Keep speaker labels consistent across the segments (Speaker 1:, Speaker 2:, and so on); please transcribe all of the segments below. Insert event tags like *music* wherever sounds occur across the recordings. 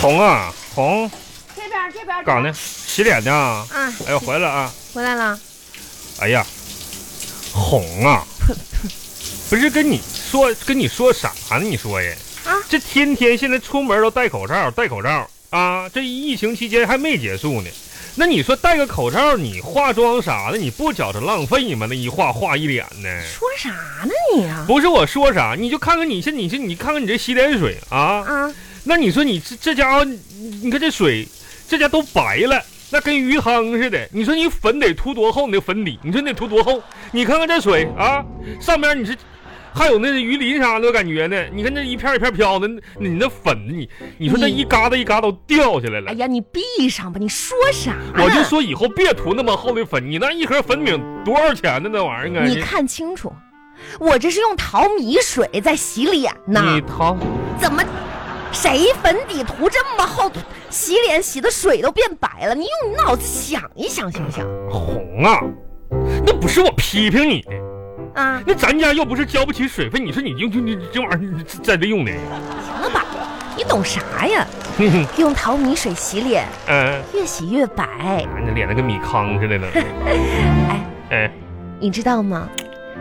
Speaker 1: 红啊，红，
Speaker 2: 这边这边
Speaker 1: 干呢？洗脸呢？
Speaker 2: 啊，
Speaker 1: 哎呦，回来了啊！
Speaker 2: 回来了，
Speaker 1: 哎呀，红啊！不是跟你说跟你说啥呢？你说呀？
Speaker 2: 啊
Speaker 1: 这天天现在出门都戴口罩，戴口罩啊！这疫情期间还没结束呢。那你说戴个口罩，你化妆啥的，你不觉着浪费吗？那一化化一脸呢？
Speaker 2: 说啥呢你啊？
Speaker 1: 不是我说啥，你就看看你这，你这，你看看你这洗脸水啊！
Speaker 2: 啊，
Speaker 1: 那你说你这这家伙，你你看这水，这家都白了，那跟鱼汤似的。你说你粉得涂多厚，你的粉底，你说你得涂多厚？你看看这水啊，上边你是还有那鱼鳞啥的，我感觉呢。你看这一片一片飘的，你那粉，你你说那
Speaker 2: 你
Speaker 1: 一疙瘩一疙瘩都掉下来了
Speaker 2: 哎。呀，你闭上吧，你说啥呢？
Speaker 1: 我就说以后别涂那么厚的粉，你那一盒粉饼多少钱呢？那玩意儿啊，
Speaker 2: 你看清楚，我这是用淘米水在洗脸呢，
Speaker 1: 你掏
Speaker 2: 怎么？谁粉底涂这么厚，洗脸洗的水都变白了？你用你脑子想一想，行不行？
Speaker 1: 红啊，那不是我批评你。
Speaker 2: 啊，
Speaker 1: 那咱家又不是交不起水费，你说你用就你这玩意儿你在这用的，
Speaker 2: 行了吧？你懂啥呀？用淘米水洗脸，
Speaker 1: 嗯、
Speaker 2: 越洗越白。
Speaker 1: 那脸得跟米糠似的
Speaker 2: *laughs*
Speaker 1: 呢。哎，
Speaker 2: 你知道吗？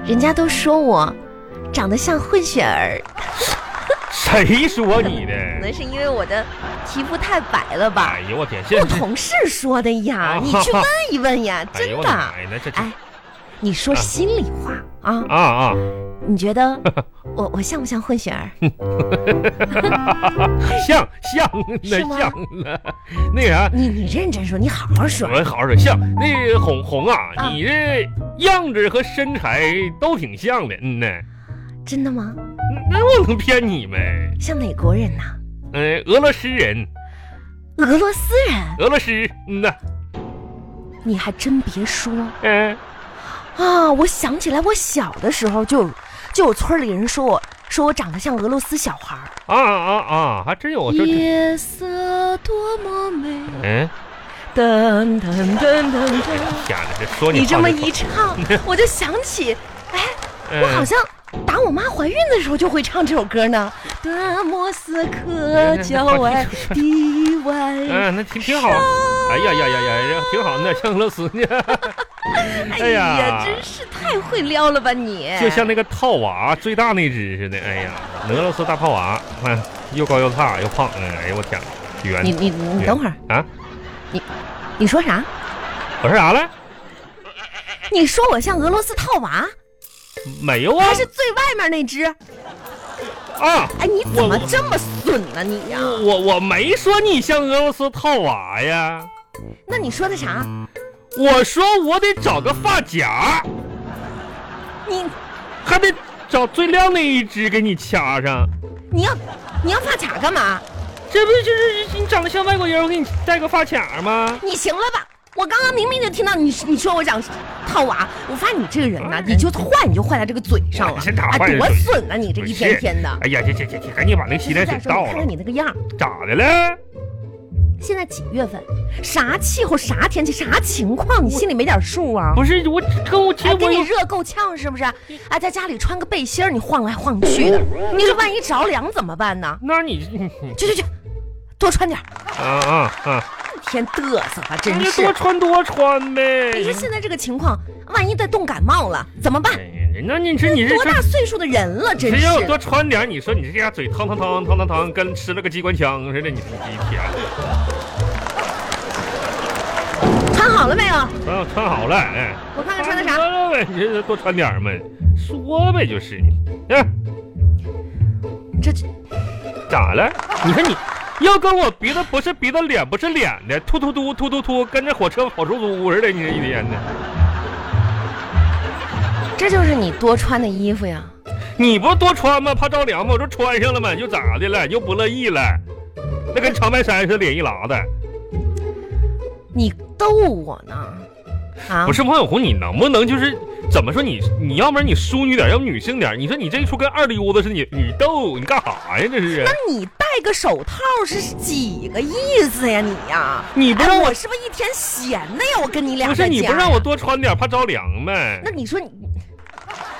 Speaker 2: 人家都说我长得像混血儿，
Speaker 1: 谁说你
Speaker 2: 可 *laughs*
Speaker 1: 的？
Speaker 2: 能是因为我的皮肤太白了吧
Speaker 1: 哎？呦我天，现
Speaker 2: 我
Speaker 1: 在
Speaker 2: 同事说的呀
Speaker 1: *laughs* 啊，
Speaker 2: 你去问一问呀，
Speaker 1: *laughs* 哎呦
Speaker 2: 真
Speaker 1: 我
Speaker 2: 的。
Speaker 1: 妈呀，那这这
Speaker 2: 哎，你说心里话
Speaker 1: *laughs*
Speaker 2: 啊，
Speaker 1: 啊啊，
Speaker 2: 你觉得我我像不像混
Speaker 1: *laughs*
Speaker 2: 血儿？
Speaker 1: 像像那
Speaker 2: 是吗
Speaker 1: 像那那啥，
Speaker 2: 你你认真说，你好好说。
Speaker 1: 我好好说像那红红啊，
Speaker 2: 啊
Speaker 1: 你这样子和身材都挺像的，嗯呢，
Speaker 2: 真的吗？
Speaker 1: 那我能骗你没？
Speaker 2: 像哪国人呐？
Speaker 1: 嗯，俄罗斯人，
Speaker 2: 俄罗斯人？
Speaker 1: 俄罗斯，嗯呐，
Speaker 2: 你还真别说
Speaker 1: 嗯，
Speaker 2: 啊！我想起来，我小的时候就有就有村里人说我说我长得像俄罗斯小孩儿。
Speaker 1: 啊啊啊，还真有我这。
Speaker 2: 夜色多么美，
Speaker 1: 嗯，
Speaker 2: 噔噔噔噔噔。
Speaker 1: 天哪，这说你
Speaker 2: 你这
Speaker 1: 话
Speaker 2: 么
Speaker 1: 就
Speaker 2: 一唱，我就想起，哎，
Speaker 1: 嗯
Speaker 2: 我好像打我妈怀孕的时候就会唱这首歌呢。德莫斯科郊外的晚上，
Speaker 1: 嗯，那挺挺好。哎呀呀呀呀呀，挺好，那像俄罗斯呢，
Speaker 2: *laughs* 哎
Speaker 1: 哎
Speaker 2: 呀，
Speaker 1: 呀
Speaker 2: 真是太会撩了吧你！
Speaker 1: 就像那个套娃最大那只似的。哎呀，俄罗斯大胖娃，嗯，又高又大又胖，嗯，哎呦我天，圆。
Speaker 2: 你你你
Speaker 1: 圆
Speaker 2: 等会儿，
Speaker 1: 啊，
Speaker 2: 你说啥？
Speaker 1: 我说啥了？
Speaker 2: 你说我像俄罗斯套娃，
Speaker 1: 没有啊
Speaker 2: 还是最外面那只？
Speaker 1: 啊，
Speaker 2: 哎，你怎么
Speaker 1: 我
Speaker 2: 这么损呢你呀？
Speaker 1: 我我没说你像俄罗斯套娃呀，
Speaker 2: 那你说的啥？
Speaker 1: 我说我得找个发夹，
Speaker 2: 你
Speaker 1: 还得找最亮那一只给你掐上。
Speaker 2: 你要你要发卡干嘛？
Speaker 1: 这不就是你长得像外国人，我给你戴个发卡吗？
Speaker 2: 你行了吧？我刚刚明明就听到你你说我长套娃，我发现你这个人
Speaker 1: 哎
Speaker 2: 呐，你就坏，你就坏在这个嘴上了
Speaker 1: 我这哪，坏
Speaker 2: 哎，
Speaker 1: 人
Speaker 2: 多
Speaker 1: 嘴
Speaker 2: 损啊！你这一天天的，
Speaker 1: 哎呀，这这这这，赶紧把那个洗脸水
Speaker 2: 再说
Speaker 1: 倒
Speaker 2: 我看
Speaker 1: 了
Speaker 2: 着。你那个样儿，
Speaker 1: 咋的了？
Speaker 2: 现在几月份？啥气候？啥天气？啥情况？你心里没点数啊？
Speaker 1: 不是我跟我
Speaker 2: 哎，
Speaker 1: 前
Speaker 2: 给
Speaker 1: 我
Speaker 2: 你热够呛是不是？哎，在家里穿个背心儿，你晃来晃去的，
Speaker 1: 嗯
Speaker 2: 你说万一着凉怎么办呢？
Speaker 1: 那你 *laughs* 你
Speaker 2: 去去去，多穿点儿，
Speaker 1: 啊啊啊！
Speaker 2: 一天嘚瑟吧，真哎
Speaker 1: 你就是哎多。穿多穿呗。
Speaker 2: 你说现在这个情况，万一再冻感冒了怎么办？
Speaker 1: 哎呀那你说你这
Speaker 2: 多
Speaker 1: 这
Speaker 2: 大岁数的人了，真
Speaker 1: 谁
Speaker 2: 是
Speaker 1: 让我多穿点儿？你说你这家嘴汤汤汤汤汤汤，跟吃了个机关枪似的。你这一天，
Speaker 2: 穿好了没有？
Speaker 1: 穿穿好了，哎，
Speaker 2: 我看看穿的啥。
Speaker 1: 穿了呗，你这多穿点儿嘛，说呗就是。哎，
Speaker 2: 这
Speaker 1: 咋了？你看你。要跟我鼻子不是鼻子，脸不是脸的，突突突突突突，跟着火车跑出租似的，你这一天的。
Speaker 2: 这就是你多穿的衣服呀。
Speaker 1: 你不是多穿吗？怕着凉吗？我说穿上了吗？又咋的了？又不乐意了？那跟长白山似的，脸一拉的。
Speaker 2: 你逗我呢？啊，
Speaker 1: 不是王小红，你能不能就是怎么说你？你要不然你淑女点，要不女性点。你说你这一出跟二溜子似的，你你逗你干啥呀？这是
Speaker 2: 那你戴个手套是几个意思呀？你呀、
Speaker 1: 你不让
Speaker 2: 哎
Speaker 1: 我
Speaker 2: 我是不是一天闲的呀？我跟你俩
Speaker 1: 不是
Speaker 2: 在
Speaker 1: 你
Speaker 2: 家
Speaker 1: 不让我多穿点，怕着凉呗
Speaker 2: 那。你说你，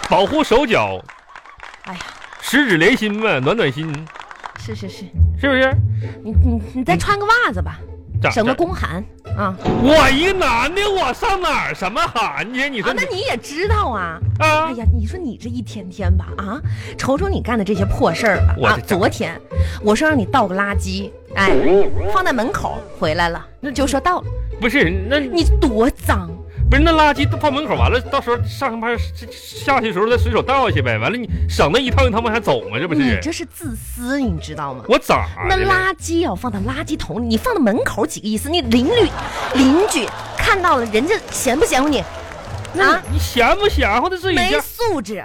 Speaker 1: 保护手脚，
Speaker 2: 哎呀，
Speaker 1: 十指连心呗，暖暖心。
Speaker 2: 是是是，
Speaker 1: 是不是？
Speaker 2: 你你你再穿个袜子吧，
Speaker 1: 咋
Speaker 2: 省得
Speaker 1: 咋
Speaker 2: 宫寒啊。
Speaker 1: 我一男的，我上哪儿什么寒去？你
Speaker 2: 啊
Speaker 1: 说，
Speaker 2: 那你也知道啊。
Speaker 1: 啊
Speaker 2: 哎呀，你说你这一天天吧，啊，瞅瞅你干的这些破事儿吧
Speaker 1: 我
Speaker 2: 啊
Speaker 1: 这！这
Speaker 2: 昨天我说让你倒个垃圾，哎，放在门口，回来了，那就说倒了，
Speaker 1: 不是那
Speaker 2: 你多脏！
Speaker 1: 不是那垃圾都放门口，完了到时候上上班下去的时候再随手倒下去呗。完了你省得一趟一趟往下走嘛，这不
Speaker 2: 你
Speaker 1: 是？
Speaker 2: 这是自私，你知道吗？
Speaker 1: 我咋
Speaker 2: 那
Speaker 1: 的了？
Speaker 2: 垃圾要放到垃圾桶里，你放到门口几个意思？你邻居邻居看到了，人家嫌不嫌乎你？啊，
Speaker 1: 你嫌不嫌乎的自己
Speaker 2: 没
Speaker 1: 家？
Speaker 2: 素质！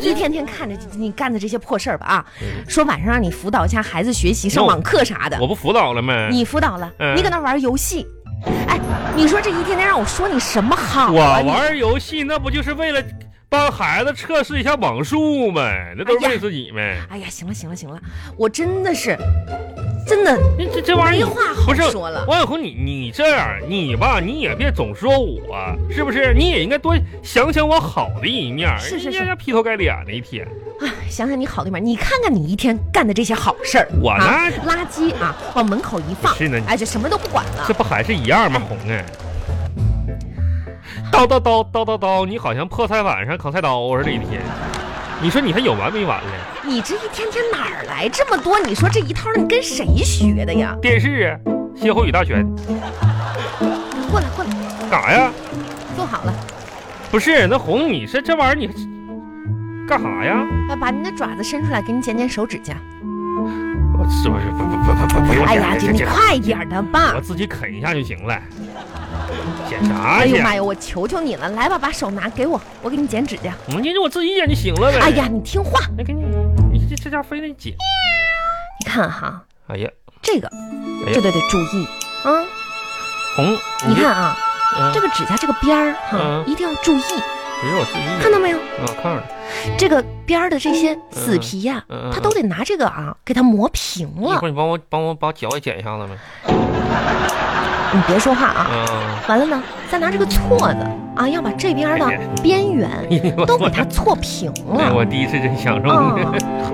Speaker 2: 一天天看着你干的这些破事儿吧啊！说晚上让你辅导一下孩子学习，上
Speaker 1: 那我
Speaker 2: 网课啥的，
Speaker 1: 我不辅导了吗？
Speaker 2: 你辅导了，
Speaker 1: 嗯
Speaker 2: 你搁那玩游戏，哎，你说这一天天让我说你什么好啊？
Speaker 1: 我
Speaker 2: 你
Speaker 1: 玩游戏那不就是为了帮孩子测试一下网速吗？那都是为了自己呗。
Speaker 2: 哎呀，行了行了行了，我真的是，真的
Speaker 1: 你这这玩意
Speaker 2: 没
Speaker 1: 儿你
Speaker 2: 话好
Speaker 1: 不是
Speaker 2: 说了。
Speaker 1: 王小红，你你这样你吧，你也别总说我，是不是？你也应该多想想我好的一面。
Speaker 2: 是是
Speaker 1: 人家
Speaker 2: 是
Speaker 1: 家劈头盖脸的一天，
Speaker 2: 哎，想想你好的面，你看看你一天干的这些好事儿，
Speaker 1: 我呢
Speaker 2: 啊垃圾啊往门口一放，
Speaker 1: 是呢你
Speaker 2: 哎，就什么都不管了
Speaker 1: 这。不还是一样吗？红啊，叨叨叨叨叨叨，你好像破菜碗上扛菜刀似的，一天。你说你还有完没完了？
Speaker 2: 你这一天天哪儿来这么多？你说这一套你跟谁学的呀？
Speaker 1: 电视啊，歇后语大全，
Speaker 2: 过来过来，
Speaker 1: 干啥呀？
Speaker 2: 坐好了，
Speaker 1: 不是，那红，你是这玩意儿你干啥呀？
Speaker 2: 哎，把你的爪子伸出来，给你剪剪手指甲。
Speaker 1: 我是不是不不不不不不用
Speaker 2: 哎
Speaker 1: 剪
Speaker 2: 呀，
Speaker 1: 这
Speaker 2: 这
Speaker 1: 这
Speaker 2: 你
Speaker 1: 这，
Speaker 2: 快点儿的吧
Speaker 1: 我。自己啃一下就行了。剪啥
Speaker 2: 哎
Speaker 1: 去
Speaker 2: 呦？妈呀，我求求你了，来吧，把手拿给我，我给你剪指甲。
Speaker 1: 我今天我自己剪就行了呗。
Speaker 2: 哎呀，，你听话，
Speaker 1: 那给你，你这这家非得剪。
Speaker 2: 你看哈，
Speaker 1: 哎呀，
Speaker 2: 这个
Speaker 1: 哎呀嗯
Speaker 2: 这得得注意啊。
Speaker 1: 红，
Speaker 2: 你
Speaker 1: 这
Speaker 2: 看，啊，
Speaker 1: 嗯
Speaker 2: 这个指甲这个边儿哈
Speaker 1: 嗯，
Speaker 2: 一定要注意，
Speaker 1: 不是我自己剪，
Speaker 2: 看到没有？
Speaker 1: 啊，看着，
Speaker 2: 这个边儿的这些死皮呀、
Speaker 1: 嗯嗯嗯
Speaker 2: 它都得拿这个啊给它磨平
Speaker 1: 一
Speaker 2: 了
Speaker 1: 会。儿你帮我帮我把脚也剪一下子呗。
Speaker 2: 你别说话啊！
Speaker 1: 嗯，
Speaker 2: 完了呢，再拿这个锉子啊，要把这边
Speaker 1: *laughs* 哎呀
Speaker 2: 的边缘
Speaker 1: *laughs* 我
Speaker 2: 都给它锉平
Speaker 1: 哎
Speaker 2: 了
Speaker 1: 我第一次真 *laughs* 享受。
Speaker 2: 啊！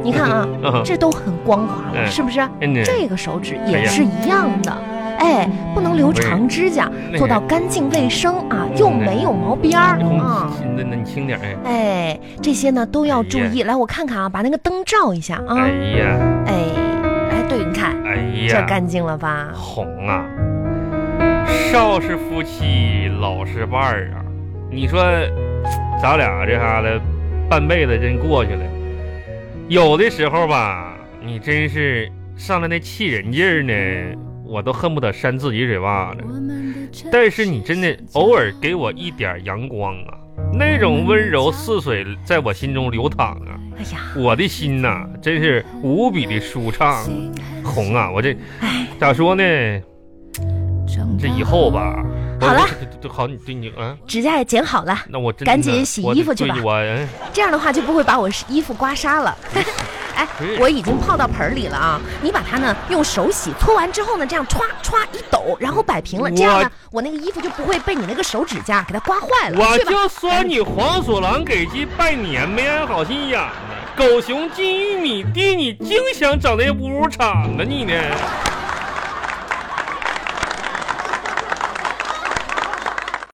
Speaker 2: 你看啊，
Speaker 1: *laughs* 嗯，
Speaker 2: 这都很光滑
Speaker 1: 嗯
Speaker 2: 了，是不是？
Speaker 1: 真的。
Speaker 2: 这个手指
Speaker 1: 哎
Speaker 2: 也
Speaker 1: 呀
Speaker 2: 是一样的，哎，不能留长指甲，
Speaker 1: 嗯那
Speaker 2: 做
Speaker 1: 个嗯
Speaker 2: 到干净卫生啊，又没有毛边儿
Speaker 1: 红
Speaker 2: 啊。，
Speaker 1: 那那你轻点儿哎。
Speaker 2: 哎，这些呢都要注意。来，我看看啊，把那个灯照一下啊
Speaker 1: 哎。呀，
Speaker 2: 哎，哎，对，你看
Speaker 1: 哎
Speaker 2: 这
Speaker 1: 呀。
Speaker 2: 干净了吧？
Speaker 1: 红啊，少是夫妻，老是伴儿啊。你说，咱俩这哈的半辈子真过去了。有的时候吧，你真是上来那气人劲儿呢，我都恨不得扇自己嘴巴子。但
Speaker 3: 但
Speaker 1: 是
Speaker 3: 是
Speaker 1: 你
Speaker 3: 你
Speaker 1: 真
Speaker 3: 真
Speaker 1: 的
Speaker 3: 的
Speaker 1: 偶
Speaker 3: 偶
Speaker 1: 尔
Speaker 3: 尔
Speaker 1: 给
Speaker 3: 给
Speaker 1: 我
Speaker 3: 我
Speaker 1: 一
Speaker 3: 一
Speaker 1: 点阳光啊，那种温柔似水在我心中流淌啊，
Speaker 2: 哎呀，
Speaker 1: 我的心呐、真是无比的舒畅。红啊，我这咋说呢？这
Speaker 3: 这
Speaker 1: 以
Speaker 3: 以
Speaker 1: 后
Speaker 3: 后吧，
Speaker 1: 吧，我
Speaker 2: 啊好了，
Speaker 1: 我对对好，你对你啊，
Speaker 2: 指甲也剪好了，
Speaker 1: 那我真
Speaker 2: 赶紧洗衣服去吧
Speaker 1: 我对我嗯
Speaker 2: 这样的话就不会把我衣服刮
Speaker 1: *laughs*
Speaker 2: 痧了。哎
Speaker 1: 是，
Speaker 2: 我已经泡到盆儿里了啊！你把它呢用手洗，搓完之后呢，这样歘歘一抖，然后摆平了，这样呢，我那个衣服就不会被你那个手指甲给它刮坏了。
Speaker 1: 我
Speaker 2: 去吧
Speaker 1: 就说你黄鼠狼给鸡拜年没安好心眼呢，狗熊进玉米地，你净想整那屋产呢你呢？